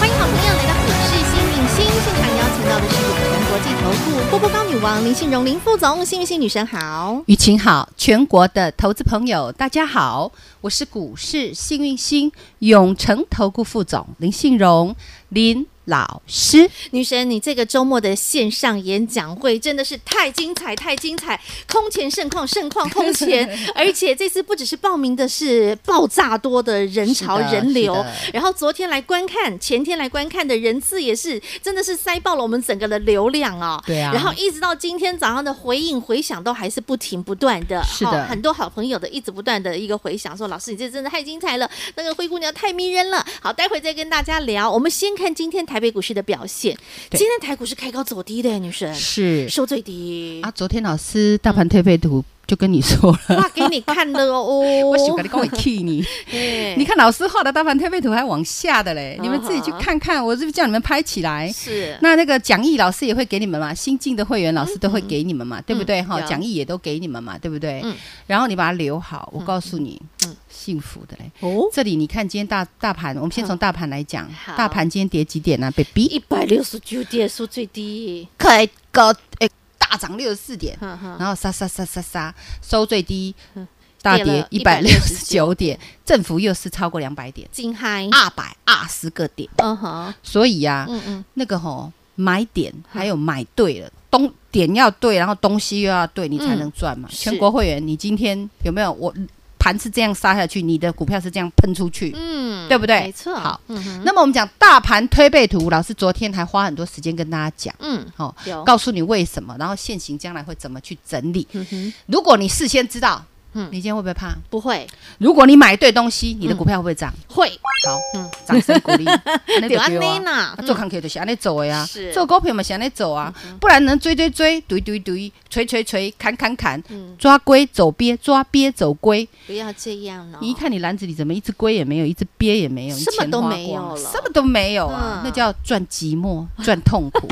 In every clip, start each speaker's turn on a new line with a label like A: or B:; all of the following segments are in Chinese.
A: 欢迎好朋友来到股市新明星现场，邀请到的是永诚国际投顾波波高女王林信荣林副总，幸运星女神好。
B: 雨晴好，全国的投资朋友大家好，我是股市幸运星永诚投顾副总林信荣林老师。
A: 女神，你这个周末的线上演讲会真的是太精彩，太精彩，空前盛况，盛况空 前。而且这次不只是报名的是爆炸多的人潮
B: 是的
A: 人流
B: 是的，
A: 然后昨天来观看，前天来观看的人次也是真的是塞爆了我们整个的流量啊、
B: 对啊
A: 然后一直到今天早上的回应回响都还是不停不断的，
B: 是的
A: 哦很多好朋友的一直不断的一个回响，说老师你这真的太精彩了，那个灰姑娘太迷人了。好，待会再跟大家聊。我们先看今天台北股市的表现，
B: 对啊
A: 今天台股是开高走低的，女神
B: 是
A: 收最低
B: 啊，，昨天老师大盘推背图就跟你说了，
A: 哇，给你看了哦，
B: 我喜欢你跟我 key 你，
A: 嘿
B: 你看老师画的大盘推背图还往下的
A: 啊
B: 嘞，
A: 哈
B: 你们自己去看看，我是不是叫你们拍起来？
A: 是
B: 那那个讲义老师也会给你们嘛，新进的会员老师都会给你们嘛，对不对哈？
A: 嗯有
B: 讲义也都给你们嘛，对不对？
A: 嗯
B: 然后你把它留好，我告诉你，幸福的嘞。
A: 哦，
B: 这里你看，今天大大盘，我们先从大盘来讲
A: 好，
B: 大盘今天跌几点呢、啊、？baby，
A: 一百六十九点收最低，
B: 开高哎大涨六十四点，
A: 哈哈，
B: 然后杀杀杀杀杀，收最低
A: 嗯，
B: 大
A: 跌
B: 跌
A: 了
B: 一百六十九点，振幅又是超过两百点，
A: 金嗨，
B: 二百二十个点。
A: 嗯哼，
B: 所以呀、
A: 嗯嗯，
B: 那个吼、买点还有买对了，东点要对，然后东西又要对，你才能赚嘛。
A: 是
B: 全国会员，你今天有没有我盘是这样杀下去，你的股票是这样喷出去，
A: 嗯，
B: 对不对？
A: 没错，
B: 好，
A: 嗯哼，
B: 那么我们讲大盘推背图，老师昨天还花很多时间跟大家讲，
A: 嗯，
B: 哦，
A: 有，
B: 告诉你为什么，然后现行将来会怎么去整理。
A: 嗯哼，
B: 如果你事先知道，
A: 嗯
B: 嗯，你今天会不会怕？
A: 不会，
B: 如果你买对东西，你的股票会不会涨？
A: 会，
B: 好
A: 嗯，
B: 掌声鼓励。那
A: 对安内
B: 啊
A: 呐，
B: 做康 K 就是安尼走的呀、
A: 是
B: 做股票嘛是安尼走啊，不然能追追追，怼怼怼，锤锤锤，砍砍砍，抓龟走鳖，抓鳖走龟。
A: 嗯不要这样哦，
B: 你一看你篮子里怎么一只龟也没有，一只鳖也没有，你
A: 什么
B: 钱
A: 都
B: 花
A: 没
B: 光
A: 有了
B: 什么都没有
A: 嗯，
B: 啊那叫赚 寂寞，赚痛苦。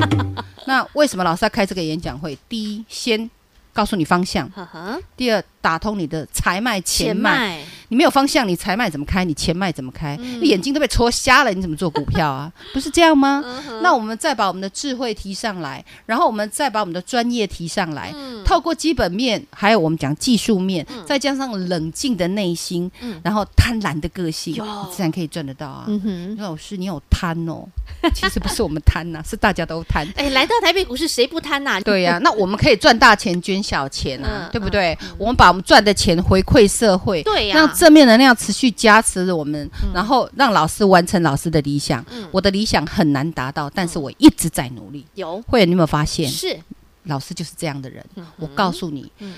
B: 那为什么老师要开这个演讲会？第一，先告诉你方向；
A: 哈哈，
B: 第二，打通你的财脉、钱
A: 钱
B: 脉。
A: 脉，
B: 你没有方向，你财脉怎么开？你钱脉怎么开？
A: 嗯
B: 你眼睛都被戳瞎了，你怎么做股票 啊？不是这样吗？
A: 嗯
B: 那我们再把我们的智慧提上来，然后我们再把我们的专业提上来，
A: 嗯
B: 透过基本面，还有我们讲技术面，再加上冷静的内心，然后贪婪的个性，你自然可以赚得到啊。
A: 嗯哼。
B: 老师，你有贪哦？ 其实不是我们贪呐、是大家都贪。
A: 哎，来到台北股市，谁不贪呐？
B: 对呀、那我们可以赚大钱捐小钱啊，
A: 嗯
B: 对不对？我们把我们赚的钱回馈社会，
A: 对呀嗯
B: 让正面能量持续加持着我们，然后让老师完成老师的理想。我的理想很难达到，但是我一直在努力。
A: 有
B: 会员，你有没有发现，
A: 是
B: 老师就是这样的人？
A: 嗯
B: 我告诉你，
A: 嗯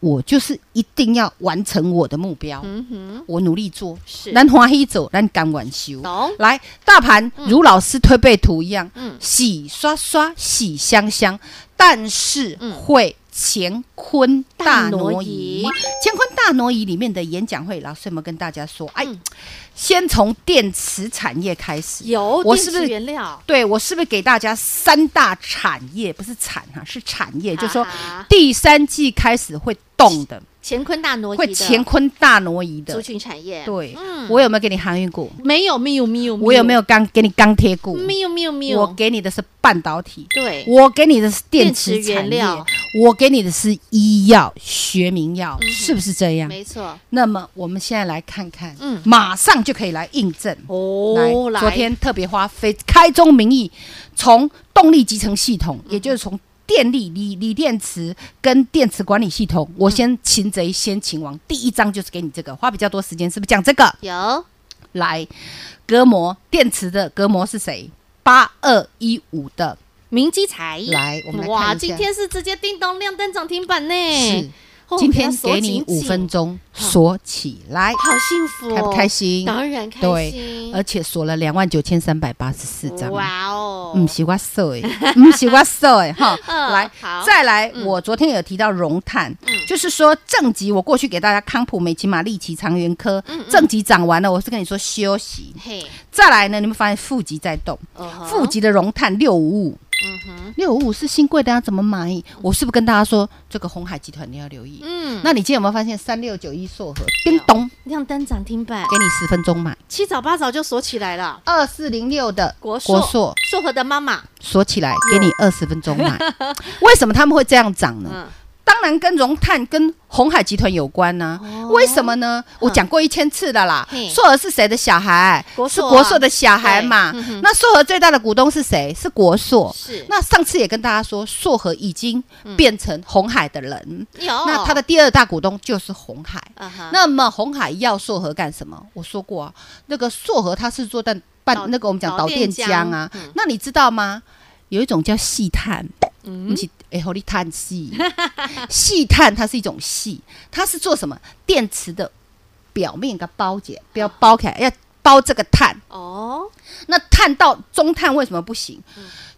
B: 我就是一定要完成我的目标，
A: 嗯哼，
B: 我努力做，
A: 是
B: 咱欢喜走，咱甘愿修。
A: 懂
B: 来，大盘如老师推背图一样，
A: 嗯
B: 洗刷刷，洗香香，但是
A: 嗯
B: 会乾坤
A: 大
B: 大
A: 挪
B: 挪
A: 移
B: 移。乾坤大挪移里面的演讲会，老师有没有跟大家说？哎
A: 嗯，
B: 先从电池产业开始。
A: 有，
B: 我
A: 电
B: 是
A: 池
B: 不是
A: 原料？
B: 对我是不是给大家三大产业？不是产哈、是产业，就说
A: 哈哈
B: 第三季开始会动的，
A: 啊乾坤大挪移
B: 会
A: 的
B: 乾坤大挪移
A: 族
B: 的。
A: 群产业，
B: 对，
A: 嗯
B: 我有没有给你航运股？
A: 没有没有没有，
B: 我有没有钢给你钢铁股？
A: 没有没有没有？
B: 我给你的是半导体，
A: 对，
B: 我给你的是电池
A: 电池
B: 产
A: 原
B: 业
A: 料，嗯
B: 我给你的是医药、学名药，是不是这样？
A: 没错
B: 那么我们现在来看看，
A: 嗯
B: 马上就可以来印证。
A: 哦，
B: 昨天特别花非开宗明义，从动力集成系统，
A: 嗯
B: 也就是从电力锂锂电池跟电池管理系统，
A: 嗯
B: 我先擒贼先擒王，第一章就是给你这个，花比较多时间，是不是讲这个？
A: 有
B: 来，隔膜电池的隔膜是谁？八二一五的，
A: 明基材，
B: 来，我们来看一下。
A: 哇，今天是直接叮咚亮灯涨停板呢，
B: 是
A: 哦
B: 今
A: 给
B: 天
A: 它锁
B: 给你
A: 紧
B: 五
A: 紧
B: 分钟
A: 好
B: 锁起来，
A: 好幸福、哦，
B: 开不开心？
A: 当然开
B: 对
A: 心，
B: 而且锁了两万九千三百八十四张。
A: 哇哦，
B: 嗯，是我瘦 哎，嗯，是我瘦哎，哈，
A: 嗯
B: 来
A: 好，嗯
B: 再来，我昨天有提到融炭，就是说正极，我过去给大家康普、美琪玛、利奇、长源科，
A: 嗯
B: 正极涨完了，我是跟你说休息。
A: 嘿，嗯
B: 再来呢，你们发现负极在动，
A: 啊
B: 负极的融炭六五五，六五五是新贵的，啊要怎么买？我是不是跟大家说，这个红海集团你要留意？
A: 嗯，
B: 那你今天有没有发现三六九一硕和叮咚，
A: 亮灯涨停板，
B: 给你十分钟买
A: 七早八早就锁起来了。
B: 二四零六的
A: 国硕
B: 国硕。
A: 硕和的妈妈，
B: 锁起来，给你二十分钟 买。为什么他们会这样涨呢？
A: 嗯
B: 当然跟融炭、跟红海集团有关呢、
A: 哦
B: 为什么呢？我讲过一千次的啦
A: 嘿。
B: 硕儿是谁的小孩？
A: 国
B: 是
A: 硕啊
B: 国硕的小孩嘛
A: 对嗯哼。
B: 那硕儿最大的股东是谁？是国硕。
A: 是
B: 那上次也跟大家说，硕和已经
A: 嗯
B: 变成红海的人，
A: 有
B: 那他的第二大股东就是红海。
A: 哦啊哈
B: 那么红海要硕和干什么？我说过、啊，那个硕和它是做但半
A: 导
B: 那个我们讲
A: 导
B: 导
A: 电
B: 电
A: 浆
B: 浆啊，
A: 嗯
B: 那你知道吗？有一种叫细碳，
A: 嗯
B: 不是哎，好你碳 细，细碳它是一种细，它是做什么？电池的表面给它包起，不要包起来，要包这个碳。
A: 哦，
B: 那碳到中碳为什么不行？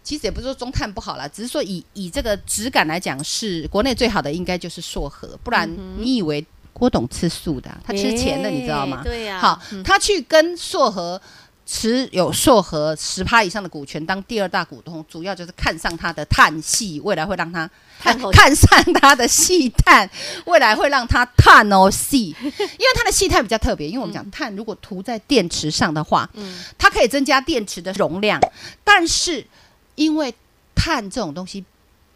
B: 其实也不是说中碳不好啦，只是说以以这个质感来讲，是国内最好的应该就是硕和，不然你以为郭董吃素的啊、他吃钱的，
A: 哎
B: 你知道吗？
A: 对呀嗯
B: 好，他去跟硕和。持有硕和十趴以上的股权当第二大股东，主要就是看上他的碳系，未来会让他
A: 碳口
B: 看上他的细碳，未来会让它碳 哦细，因为它的细碳比较特别，因为我
A: 嗯
B: 们讲碳如果涂在电池上的话，它可以增加电池的容量，但是因为碳这种东西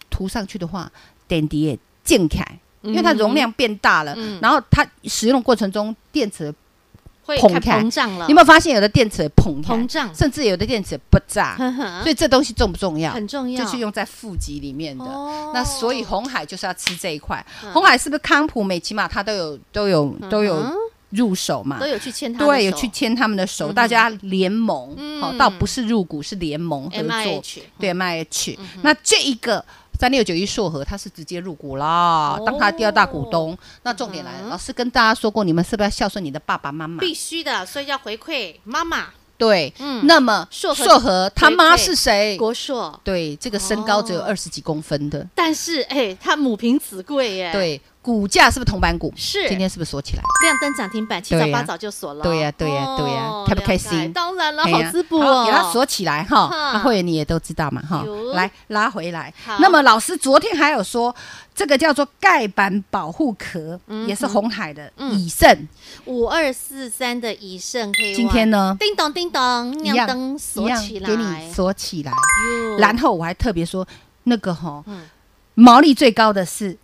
B: 涂上去的话，电池也溅起来，因为它
A: 嗯
B: 容量变大了，然后它使用的过程中电池，
A: 会
B: 膨
A: 看
B: 开
A: 膨胀了，
B: 你有没有发现有的电池也膨起来
A: 膨胀嗯
B: 甚至有的电池也不炸，所以这东西重不重要？
A: 很重要，
B: 就是用在负极里面的。
A: 哦
B: 那所以红海就是要吃这一块，红海是不是康普、美起码它都有都有都
A: 嗯
B: 有入手嘛
A: 都？有去牵他的
B: 对，有
A: 手嗯
B: 去牵他们的手，大家联盟，好，倒不是入股，是联盟合
A: M I
B: 作，
A: H 嗯
B: 对 M I H。那这一个三六九一硕和，它是直接入股
A: 哦
B: 啦，当它第二大股东。那重点
A: 嗯
B: 来了，老师跟大家说过，你们是不是要孝顺你的爸爸妈妈？
A: 必须的，所以要回馈妈妈
B: 对
A: 嗯，
B: 那么
A: 硕和
B: 硕和他妈
A: 回馈
B: 是谁？
A: 国硕，
B: 对，这个身高只有
A: 哦
B: 二十几公分的，
A: 但是哎，他母凭子贵耶，，
B: 对，股价是不是铜板股？
A: 是
B: 今天是不是锁起来？
A: 亮灯涨停板，七早
B: 对呀
A: 八早就锁了，
B: 对呀对呀
A: 哦
B: 对呀开不开心
A: 了解当然了，
B: 嘿
A: 好
B: 哎呀
A: 滋补
B: 好
A: 哦，
B: 给它锁起来哈。
A: 哈
B: 那会员你也都知道嘛哈
A: 有。
B: 来拉回来
A: 好。
B: 那么老师昨天还有说，这个叫做盖板保护壳，
A: 嗯
B: 也是红海的以盛。
A: 五二四三的以盛 K，
B: 今天呢，
A: 叮咚叮咚，
B: 一
A: 亮
B: 样
A: 灯
B: 一
A: 锁
B: 样
A: 起来，
B: 给你锁起来。
A: 哟
B: 然后我还特别说，那个哈
A: 嗯，
B: 毛利最高的是。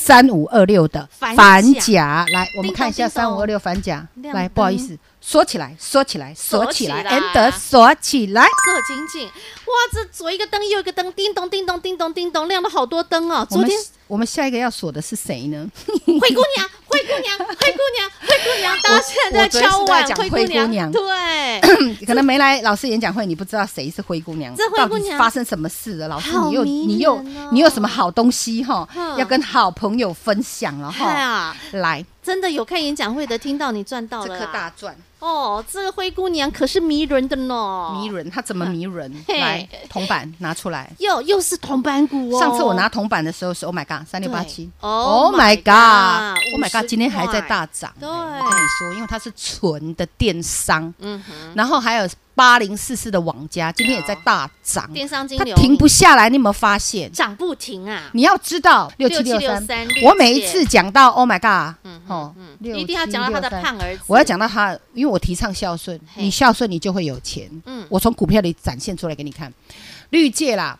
B: 三五二六的
A: 反
B: 反
A: 甲
B: 甲，来，
A: 叮
B: 我们
A: 咚
B: 看一下
A: 叮咚
B: 三五二六反甲。
A: 亮
B: 来，不好意
A: 灯
B: 思，锁起来，锁起来，锁
A: 锁
B: 起
A: 起
B: 来
A: 来
B: ，and 锁起来。
A: 锁紧紧，哇，这左一个灯，右一个灯，叮咚叮咚叮咚叮咚，亮了好多灯哦。
B: 我
A: 昨
B: 们
A: 天
B: 我们下一个要锁的是谁呢？
A: 灰姑娘，灰姑娘，灰姑娘，灰姑娘，大家现在
B: 我昨天
A: 敲
B: 是在
A: 碗，
B: 讲
A: 灰
B: 灰姑
A: 娘，
B: 娘
A: 对，
B: 可能没来老师演讲会，你不知道谁是灰姑娘，
A: 这灰
B: 到
A: 姑
B: 底
A: 娘
B: 发生什么事了？老师，
A: 好
B: 你又
A: 迷
B: 你又
A: 人哦
B: 你有什么好东西哈
A: 嗯？
B: 要跟好朋友分享了
A: 哎
B: 哈。
A: 呀，
B: 来，
A: 真的有看演讲会的，听到你赚到
B: 这
A: 了
B: 颗
A: 啦
B: 大钻
A: 哦，这个灰姑娘可是迷人的呢，
B: 迷，人，它怎么迷人？
A: 哦嘿
B: 来，铜板拿出来。
A: 又又是铜板股哦。
B: 上次我拿铜板的时候是 Oh my God 三六八七
A: 对，Oh
B: ，Oh my God，Oh
A: my
B: my
A: God，
B: God，今天还在大涨。
A: 对
B: 我跟你说，因为它是纯的电商，
A: 嗯哼，
B: 然后还有八零四四的网家，今天也在大涨，
A: 电商金
B: 它
A: 流
B: 停不下来。你有没有发现？
A: 涨不停啊，
B: 你要知道六七六三，
A: 6763
B: 我每一次讲到 Oh my God，哦，
A: 一定要讲到他的
B: 6763
A: 胖儿子，
B: 我要讲到他，因为我提倡孝顺，
A: 嘿
B: 你孝顺你就会有钱。
A: 嗯
B: 我从股票里展现出来给你看，绿界啦，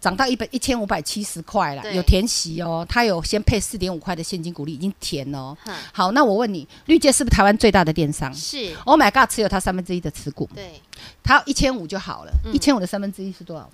B: 涨到一百一千五百七十块啦，
A: 嗯对
B: 有填息哦，它有先配四点五块的现金股利，已经填了哦
A: 哼。
B: 好，那我问你，绿界是不是台湾最大的电商
A: 是，
B: ？Oh my god，持有它三分之一的持股，
A: 对，嗯
B: 它一千五就好了，一千五的三分之一是多少？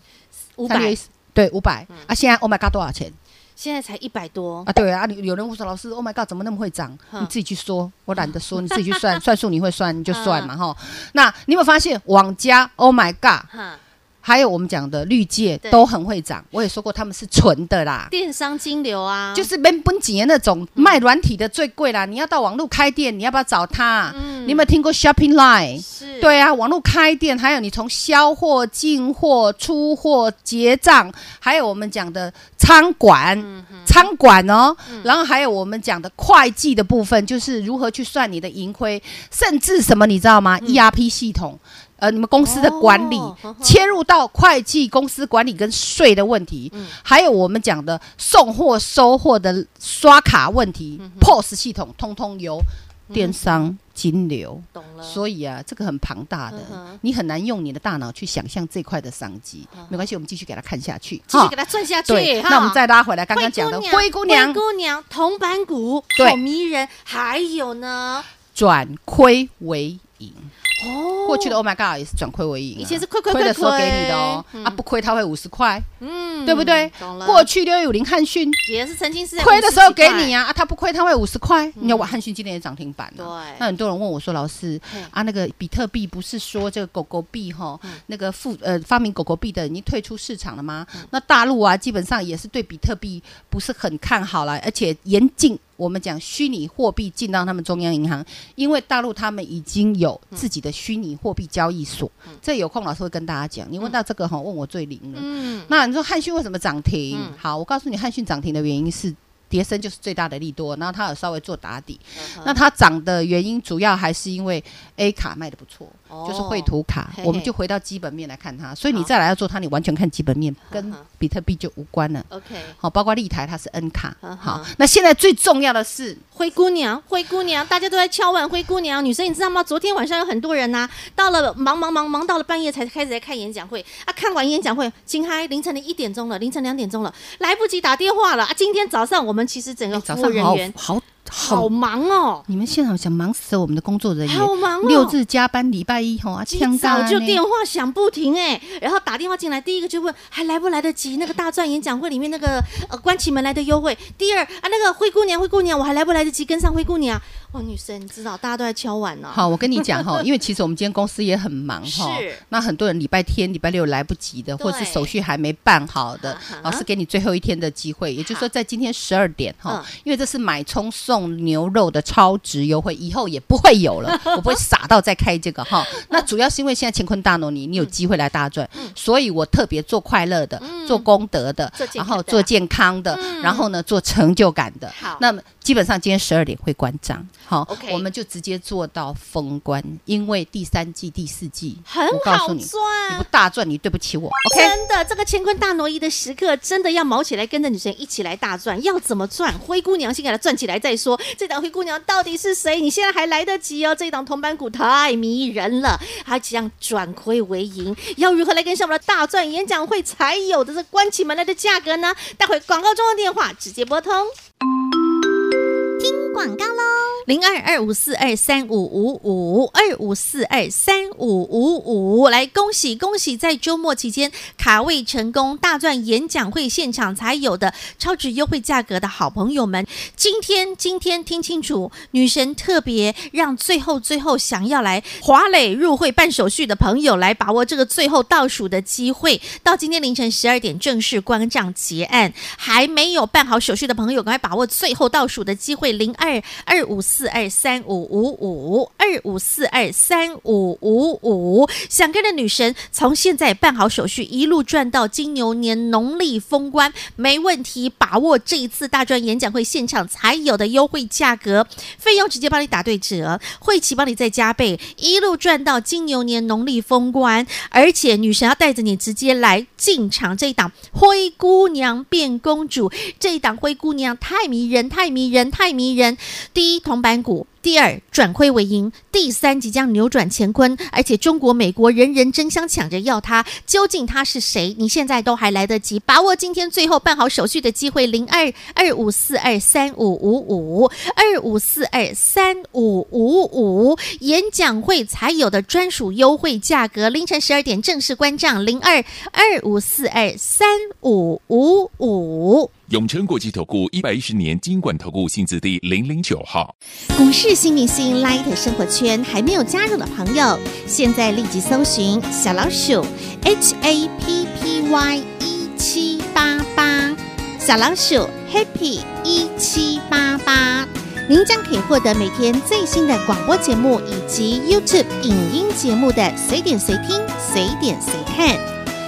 A: 五
B: 三六
A: 百
B: 一，四对，五百
A: 嗯
B: 啊！现在 Oh my god 多少钱？
A: 现在才一百多，
B: 啊，对啊，你有人会说老师，Oh my god，怎么那么会涨？
A: 嗯
B: 你自己去说，我懒得说，你自己去 算，算数你会算你就算嘛哈。那你有没有发现网家 Oh my god，
A: 哈，
B: 还有我们讲的绿界
A: 对
B: 都很会涨，我也说过他们是纯的啦。
A: 电商金流啊，嗯
B: 就是边本几年那种卖软体的最贵啦，你要到网络开店，你要不要找他？啊
A: 嗯
B: 你有没有听过 Shopping Line？
A: 是，
B: 对啊，网络开店，还有你从销货、进货、出货、结账，还有我们讲的仓管、
A: 嗯
B: 仓管哦，然后还有我们讲的会计的部分，就是如何去算你的盈亏，甚至什么你知道吗、e r p 系统。呃，你们公司的管理、
A: 嗯哦呵呵
B: 切入到会计、公司管理跟税的问题，
A: 嗯
B: 还有我们讲的送货、收货的刷卡问题、POS
A: 嗯
B: 系统，通通由电商金流。
A: 懂了，
B: 所以啊，这个很庞大的，
A: 嗯哼嗯
B: 你很难用你的大脑去想象这块的商机。没关系，我们继续给它看下去。
A: 继续
B: 哈
A: 给它转下去
B: 对，
A: 哈。
B: 那我们再拉回来刚刚讲的
A: 灰
B: 灰
A: 姑
B: 姑
A: 娘，
B: 娘
A: 灰姑娘，铜板股，
B: 对
A: 好迷人。还有呢，
B: 转亏为盈，
A: 哦，
B: 过去的 Oh my God 也是转亏为盈啊，
A: 以前是亏亏
B: 亏的
A: 亏
B: 时候给你的哦
A: 亏，
B: 啊不亏他会五十块，
A: 嗯
B: 对不对
A: 懂了。？
B: 过去六一五零汉讯
A: 也是曾经是在
B: 亏的时候给你
A: 啊，
B: 啊，啊他不亏他会五十块，你看我汉讯今天也涨停板
A: 嗯对
B: 了。那很多人问我说：“老师
A: 嘿嗯
B: 啊，那个比特币不是说这个狗狗币哈，那个复呃发明狗狗币的人已经退出市场了吗？
A: 嗯
B: 那大陆啊，基本上也是对比特币不是很看好了，而且严禁我们讲虚拟货币进到他们中央银行，因为大陆他们已经有
A: 嗯
B: 自己的虚拟货币交易所。这有空老师会跟大家讲。你问到这个哈，问我最灵了。
A: 嗯，
B: 那你说汉讯为什么涨停？
A: 嗯
B: 好，我告诉你，汉讯涨停的原因是跌升就是最大的利多，然后它有稍微做打底。
A: 嗯
B: 那它涨的原因主要还是因为 A 卡卖的不错，
A: 那
B: 就是绘图卡。
A: 哦嘿嘿啊
B: 我们就回到基本面来看它，所以你
A: 好
B: 再来要做它，你完全看基本面，
A: 呵
B: 跟
A: 呵
B: 比特币就无关了。
A: OK，
B: 好，包括立台它是 N 卡
A: 呵呵。
B: 好，那现在最重要的是，
A: 灰姑娘，灰姑娘，大家都在敲碗灰姑娘。女生，你知道吗？昨天晚上有很多人呐、到了忙忙忙忙到了半夜才开始在看演讲会啊，看完演讲会，惊嗨，凌晨的一点钟了，凌晨两点钟了，来不及打电话了啊。今天早上我们其实整个
B: 哎早
A: 服务
B: 上
A: 人
B: 好
A: 哦员
B: 好
A: 好
B: 好，
A: 忙哦，
B: 你们现场想忙死我们的工作人员，
A: 好忙哦，
B: 六日加班，礼拜一吼啊，
A: 一
B: 呛
A: 早
B: 到
A: 就
B: 呢
A: 电话响不停哎、然后打电话进来，第一个就问还来不来得及那个大钻研讲会里面那个呃关起门来的优惠。第二啊那个灰姑娘灰姑娘我还来不来得及跟上灰姑娘？哇，女生你知道大家都在敲碗哦呢、
B: 好，我跟你 讲哈，因为其实我们今天公司也很忙哈
A: 是，
B: 那很多人礼拜天、礼拜六来不及的，或是
A: 对
B: 手续还没办好的
A: 哈哈，
B: 老师给你最后一天的机会，也就是说在今天十二点哈
A: 嗯，
B: 因为这是买葱送牛肉的超值优惠，以后也不会有 了，我不会傻到再开这个哈。那主要是因为现在乾坤大挪移，你有机会来大赚，所以我特别做快乐的、做功德的
A: 嗯做，健
B: 然
A: 康的嗯
B: 后做健康的，然后呢做成就感的
A: 好。
B: 那么基本上今天十二点会关张，好
A: OK，
B: 我们。就直接做到封关，因为第三季、第四季，
A: 很
B: 我告
A: 好赚
B: 诉你，你不大赚，你对不起我。OK，
A: 真的，这个乾坤大挪移的时刻，真的要毛起来，跟着女神一起来大赚。要怎么赚？灰姑娘先给它赚起来再说。这档灰姑娘到底是谁？你现在还来得及哦！这档铜板股太迷人了，还这样转亏为盈，要如何来跟上我们的大赚演讲会才有的这关起门来的价格呢？待会广告中的电话直接拨通。
C: 广告。
A: 零二二五四二三五五五二五四二三五五五，来恭喜恭喜！在周末期间卡位成功，大赚演讲会现场才有的超值优惠价格的好朋友们，今天今天听清楚，女神特别让最后最后想要来华磊入会办手续的朋友来把握这个最后倒数的机会，到今天凌晨十二点正式关账结案。还没有办好手续的朋友，赶快把握最后倒数的机会，零二二五四二三五五五二五四二三五五五。想跟着女神从现在办好手续，一路赚到金牛年农历封关，没问题，把握这一次大专演讲会现场才有的优惠价格，费用直接帮你打对折，会期帮你再加倍，一路赚到金牛年农历封关，而且女神要带着你直接来进场这一档灰姑娘变公主，这一档灰姑娘太迷人，太迷人，太迷人。第一，铜板股。第二，转亏为盈；第三，即将扭转乾坤，而且中国、美国人人争相抢着要它。究竟它是谁？你现在都还来得及，把握今天最后办好手续的机会。零二二五四二三五五五二五四二三五五五，演讲会才有的专属优惠价格，凌晨十二点正式关账。零二二五四二三五五五。
D: 有永诚国际投顾一百一十年金管投顾新字第零零九号。
A: 股市新明星 Light 生活圈还没有加入的朋友，现在立即搜寻小老鼠 HAPPY 一 E 七八八，小老鼠 Happy 一七八八，您将可以获得每天最新的广播节目以及 YouTube 影音节目的随点随听、随点随看。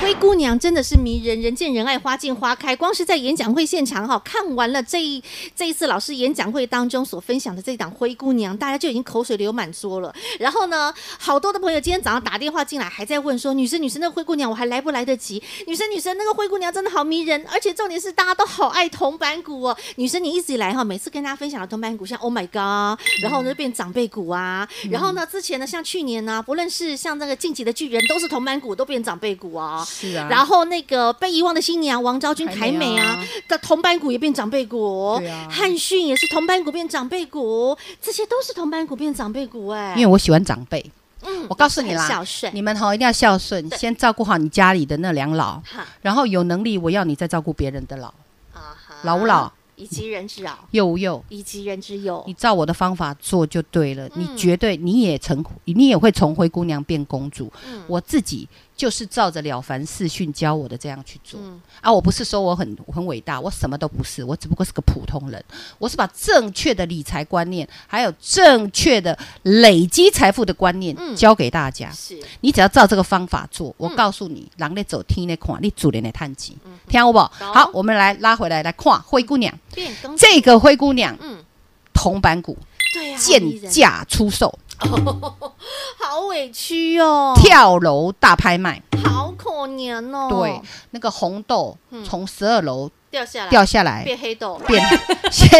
E: 灰姑娘真的是迷人，人见人爱，花见花开。光是在演讲会现场哈，看完了这一这一次老师演讲会当中所分享的这档《灰姑娘》，大家就已经口水流满桌了。然后呢，好多的朋友今天早上打电话进来，还在问说：“女生，女生，那个灰姑娘我还来不来得及？”女生，女生，那个灰姑娘真的好迷人，而且重点是大家都好爱铜板股哦。女生，你一直以来哈，每次跟大家分享的铜板股，像 Oh my God，然后呢就变长辈股啊，然后呢之前呢像去年呢、不论是像那个晋级的巨人，都是铜板股，都变长辈股啊。
B: 是啊，
E: 然后那个被遗忘的新娘王昭君、
B: 凯
E: 凯
B: 美
E: 美
B: 啊
E: 啊的铜板股也变长辈哦股
B: 对啊，
E: 汉逊也是铜板股变长辈股，这些都是铜板股变长辈股哎。
B: 因为我喜欢长辈，
E: 嗯
B: 我告诉你
E: 很
B: 啦
E: 孝，顺，
B: 你们哈一定要孝顺，
E: 对
B: 先照顾好你家里的那两老，
E: 哈
B: 然后有能力我要你再照顾别人的老，
E: 啊哈
B: 老不老，
E: 以及人之老，
B: 幼不幼？
E: 以及人之幼
B: 你。照我的方法做就对了，
E: 嗯
B: 你绝对你也成，你也会从灰姑娘变公主。
E: 嗯
B: 我自己就是照着了凡四训教我的这样去做、
E: 嗯
B: 啊！我不是说我很很伟大，我什么都不是，我只不过是个普通人。我是把正确的理财观念，还有正确的累积财富的观念、
E: 嗯
B: 教给大家。
E: 是
B: 你只要照这个方法做，我告诉你，人咧走天咧看，你主人来探钱，
E: 嗯
B: 听好不？好，我们来拉回来来看灰姑娘，
E: 变更
B: 这个灰姑娘
E: 嗯
B: 铜板股
E: 对呀，迷
B: 贱
E: 人
B: 价出售，
E: 哦好委屈哦，
B: 跳楼大拍卖，
E: 好可怜哦，
B: 对，那个红豆
E: 嗯
B: 从十二楼
E: 掉下来
B: 掉下来。
E: 变黑豆，
B: 变 先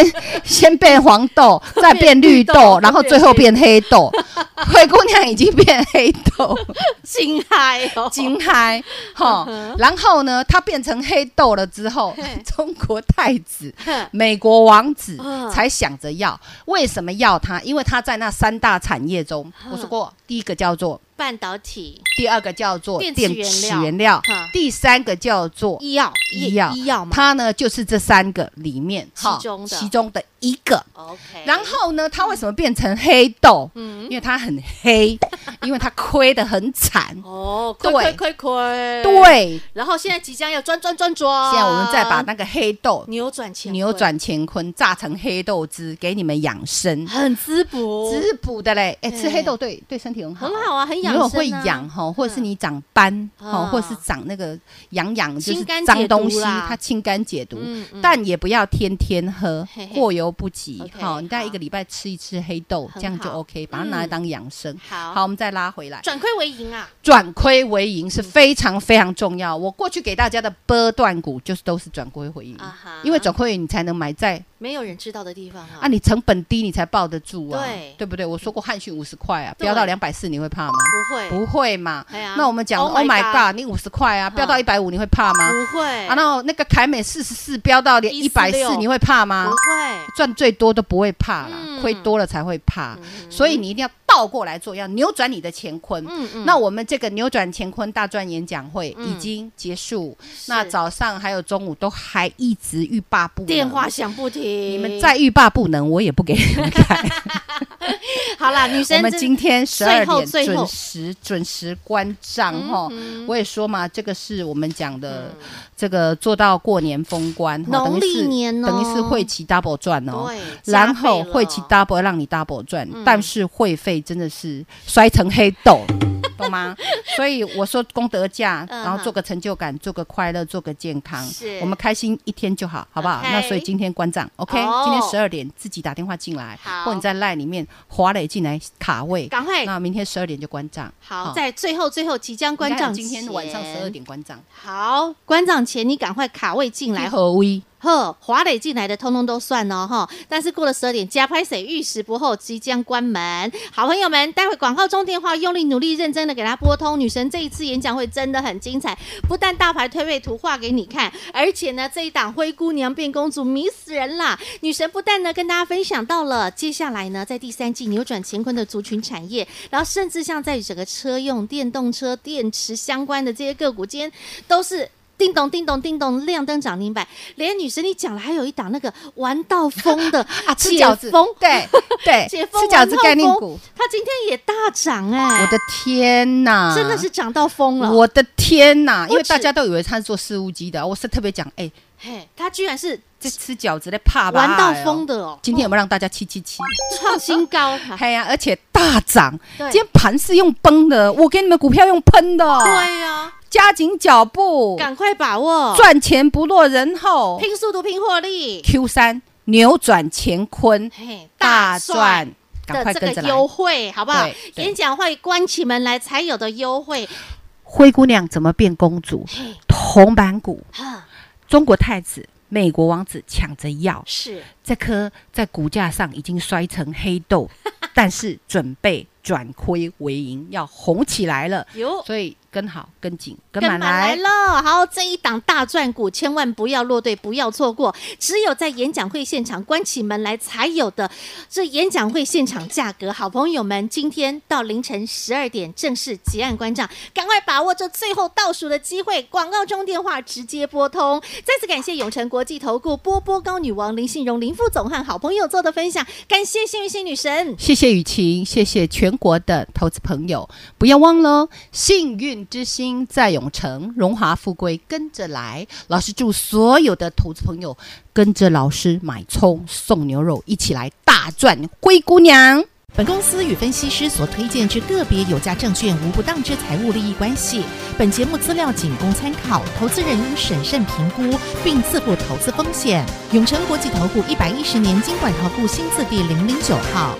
B: 先变黄豆， 再变绿
E: 变绿豆
B: 豆，然后最后变黑豆。灰姑娘已经变黑 豆，
E: 惊骇哦，
B: 惊嗨哈！然后呢，她变成黑豆了之后
E: 嗯嘿，
B: 中国太子、
E: 哼
B: 美国王子
E: 嗯
B: 才想着要。为什么要它？因为它在那三大产业中，
E: 嗯
B: 我说过，第一个叫做
E: 半导体
B: 第二个叫做
E: 电池原料
B: 原料
E: 哈
B: 第三个叫做
E: 医药
B: 医药
E: 医药嘛
B: 它呢就是这三个里面
E: 其
B: 哈
E: 中的
B: 其中的一个。
E: ，OK，
B: 然后呢，它为什么变成黑豆？
E: 嗯
B: 因为它很 黑，因为它亏得很惨。
E: 哦，亏
B: 对
E: 亏亏亏，。
B: 对，
E: 然后现在即将要转转转转，
B: 现在我们再把那个黑豆
E: 扭转乾坤
B: 扭，转乾坤，榨成黑豆汁给你们养生，
E: 很滋补，
B: 滋补的嘞。哎，
E: 对
B: 吃黑豆对对身体很好，
E: 很好啊，很
B: 你
E: 养
B: 如
E: 生、
B: 果
E: 啊，嗯
B: 会痒哈，或者是你长斑哈，
E: 啊
B: 或者是长那个痒痒，就
E: 清
B: 是
E: 肝解
B: 脏
E: 毒
B: 东西，
E: 啦
B: 它清肝解毒
E: 嗯嗯，
B: 但也不要天天喝
E: 嘿，嘿
B: 过犹不及
E: OK，
B: 哈。你大概一
E: 好
B: 个礼拜吃一次黑豆，
E: 很
B: 这样就
E: 好
B: OK，把它拿来
E: 嗯
B: 当养生。
E: 好
B: 好，我们再拉回来，
E: 转嗯亏为盈啊，
B: 转亏为盈是非常非常重要。我过去给大家的波段股就是都是转亏为盈
E: 啊哈，啊
B: 因为转亏为盈你才能买在
E: 没有人知道的地方啊，
B: 啊，你成本低你才抱得住啊
E: 对，
B: 对不对？我说过汉逊五十块啊，
E: 对
B: 飙到两百四你会怕吗？
E: 不会
B: 不会嘛？
E: 哎呀
B: 那我们讲
E: Oh
B: ，Oh
E: my
B: my god，你五十块啊，
E: 嗯
B: 飙到一百五，你会怕吗？
E: 不会
B: 啊，然后那个凯美四十四飙到连一百四
E: 146，
B: 你会怕吗
E: 不？会，
B: 赚最多都不会怕啦，
E: 嗯
B: 亏多了才会怕，所以你一定要倒过来做，要扭转你的乾坤。
E: 嗯嗯
B: 那我们这个扭转乾坤大专演讲会
E: 嗯
B: 已经结束，那早上还有中午都还一直欲罢不能。
E: 电话响不停，
B: 你
E: 你
B: 们再欲罢不能，我也不给你们看。
E: 好啦，女
B: 我
E: 生
B: 们
E: 真
B: 今天十二
E: 最后
B: 点
E: 最后
B: 准
E: 嗯
B: 时准时关账哈，我也说嘛，这个是我们讲的这个做到过年封关，吼等于
E: 农历
B: 是
E: 年哦
B: 等于是会期 double 赚哦。
E: 对，
B: 然后会期
E: 期
B: double 让你 double 赚，
E: 嗯
B: 但是会费真的是摔成黑 豆，懂吗？所以我说功德价，
E: 嗯
B: 然后做个成就感，做个快乐，做个健康
E: 是，
B: 我们开心一天就好，好不好？
E: OK
B: 那所以今天关账，OK？
E: 哦
B: 今天十二点自己打电话进来
E: 好，
B: 或你在 line 里面划了进来卡位，
E: 赶快
B: 那明天十二点就关账。
E: 好，在最后最后即将关
B: 应该
E: 账
B: 有
E: 前，
B: 今天晚上十二点关账。
E: 好，关账前你赶快卡位进来
B: 来。何威，
E: 呵，华磊进来的通通都算哦哈。但是过了十二点，加拍水玉石不候，即将关门。好朋友们，待会广告中电话用力努力认真的给他拨通。女神这一次演讲会真的很精彩，不但大牌推背图画给你看，而且呢这一档灰姑娘变公主迷死人啦！女神不但呢跟大家分享到了，接下来呢在第三季扭转乾坤的族群产业，然后甚至像在整个车用电动车电池相关的这些个股，今天都是。叮咚叮咚叮咚，亮灯涨停板。连女神你讲了，还有一档那个玩到疯的
B: 啊，吃
E: 解
B: 饺子
E: 封，
B: 对对，
E: 解封
B: 吃饺子
E: 完后
B: 概念
E: 封
B: 股，
E: 它今天也大涨哎、
B: 我的天哪，
E: 真的是涨到疯了。
B: 我的天呐！因为
E: 止
B: 大家都以为他是做事务机的，我是特别讲，哎、
E: 嘿，它居然是
B: 这吃饺子的怕吧？哎
E: 玩到疯的哦，
B: 今天有没有让大家七七七？
E: 创新 高。
B: 哎呀，而且大涨！
E: 对
B: 今天盘是用崩的，我给你们股票用喷的哦，
E: 对呀，
B: 加紧脚步，
E: 赶快把握，
B: 哦赚哦钱不落人后。
E: 拼速度，拼获利，
B: Q 三扭转乾坤，
E: 嘿，
B: 大
E: 赚。
B: 赚！赶快
E: 的这
B: 跟着
E: 个
B: 来！
E: 优惠好不好
B: 对？对
E: 演讲会关起门来才有的优惠，
B: 灰姑娘怎么变公主？
E: 嘿，
B: 铜板股，
E: 哈，
B: 中国太子、美国王子抢着要，
E: 是
B: 这颗在股价上已经摔成黑 豆，但是准备转亏为盈，要红起来了。
E: 有
B: 所以跟好、跟紧、哦跟
E: 跟
B: 满
E: 满来
B: 来。
E: 了。好，这一档大赚股，千万不要落队，不要错过。只有在演讲会现场关起门来才有的这演讲会现场价格。好朋友们，今天到凌晨十二点正式结案关账，赶快把握这最后倒数的机会。广告中电话直接拨通。再次感谢永诚国际投顾波波高女王林信荣林副总和好朋友做的分享，感谢幸运星女神。
B: 谢谢雨晴，谢谢全国的投资朋友，不要忘了哦，幸运之星在永城，荣华富贵跟着来。老师祝所有的投资朋友跟着老师买葱送牛肉，一起来大赚灰姑娘。
F: 本公司与分析师所推荐之个别有价证券无不当之财务利益关系。本节目资料仅供参考，投资人应审慎评估并自负投资风险。永诚国际投顾一百一十年经管投顾新字第零零九号。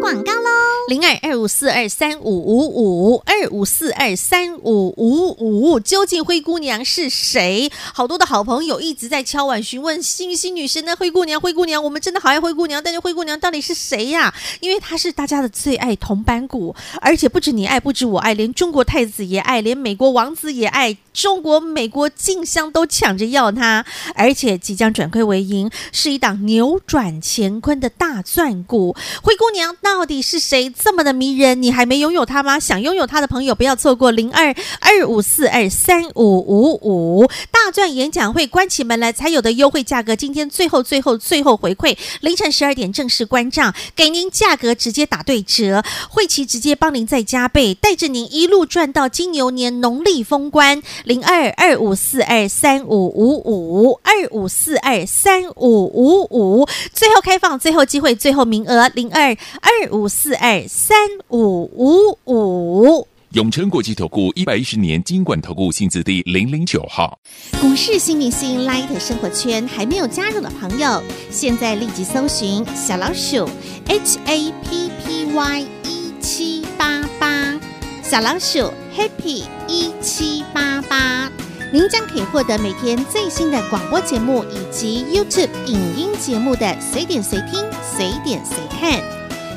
A: 广告喽！
E: 零二二五四二三五五五二五四二三五五五，究竟灰姑娘是谁？好多的好朋友一直在敲碗询问幸运星女神的灰姑娘，灰姑娘，我们真的好爱灰姑娘，但是灰姑娘到底是谁呀、因为她是大家的最爱铜板股，而且不止你爱，不止我爱，连中国太子也爱，连美国王子也爱，中国、美国竞相都抢着要它，而且即将转亏为盈，是一档扭转乾坤的大钻股。灰姑娘到底是谁这么的迷人？你还没拥有它吗？想拥有它的朋友，不要错过零二二五四二三五五五大赚演讲会，关起门来才有的优惠价格，今天最后最后最后回馈，凌晨十二点正式关账，给您价格直接打对折，会期直接帮您再加倍，带着您一路赚到金牛年农历封关零二二五四二三五五五二五四二三五五五，最后开放，最后机会，最后名额零二二五四二三五五五。
D: 永诚国际投顾一百一十年金管投顾新字第零零九号。
A: 股市新明星 Light 生活圈还没有加入的朋友，现在立即搜寻小老鼠 HAPPY 一七八八，小老鼠 Happy 一七八八，您将可以获得每天最新的广播节目以及 YouTube 影音节目的随点随听、随点随看。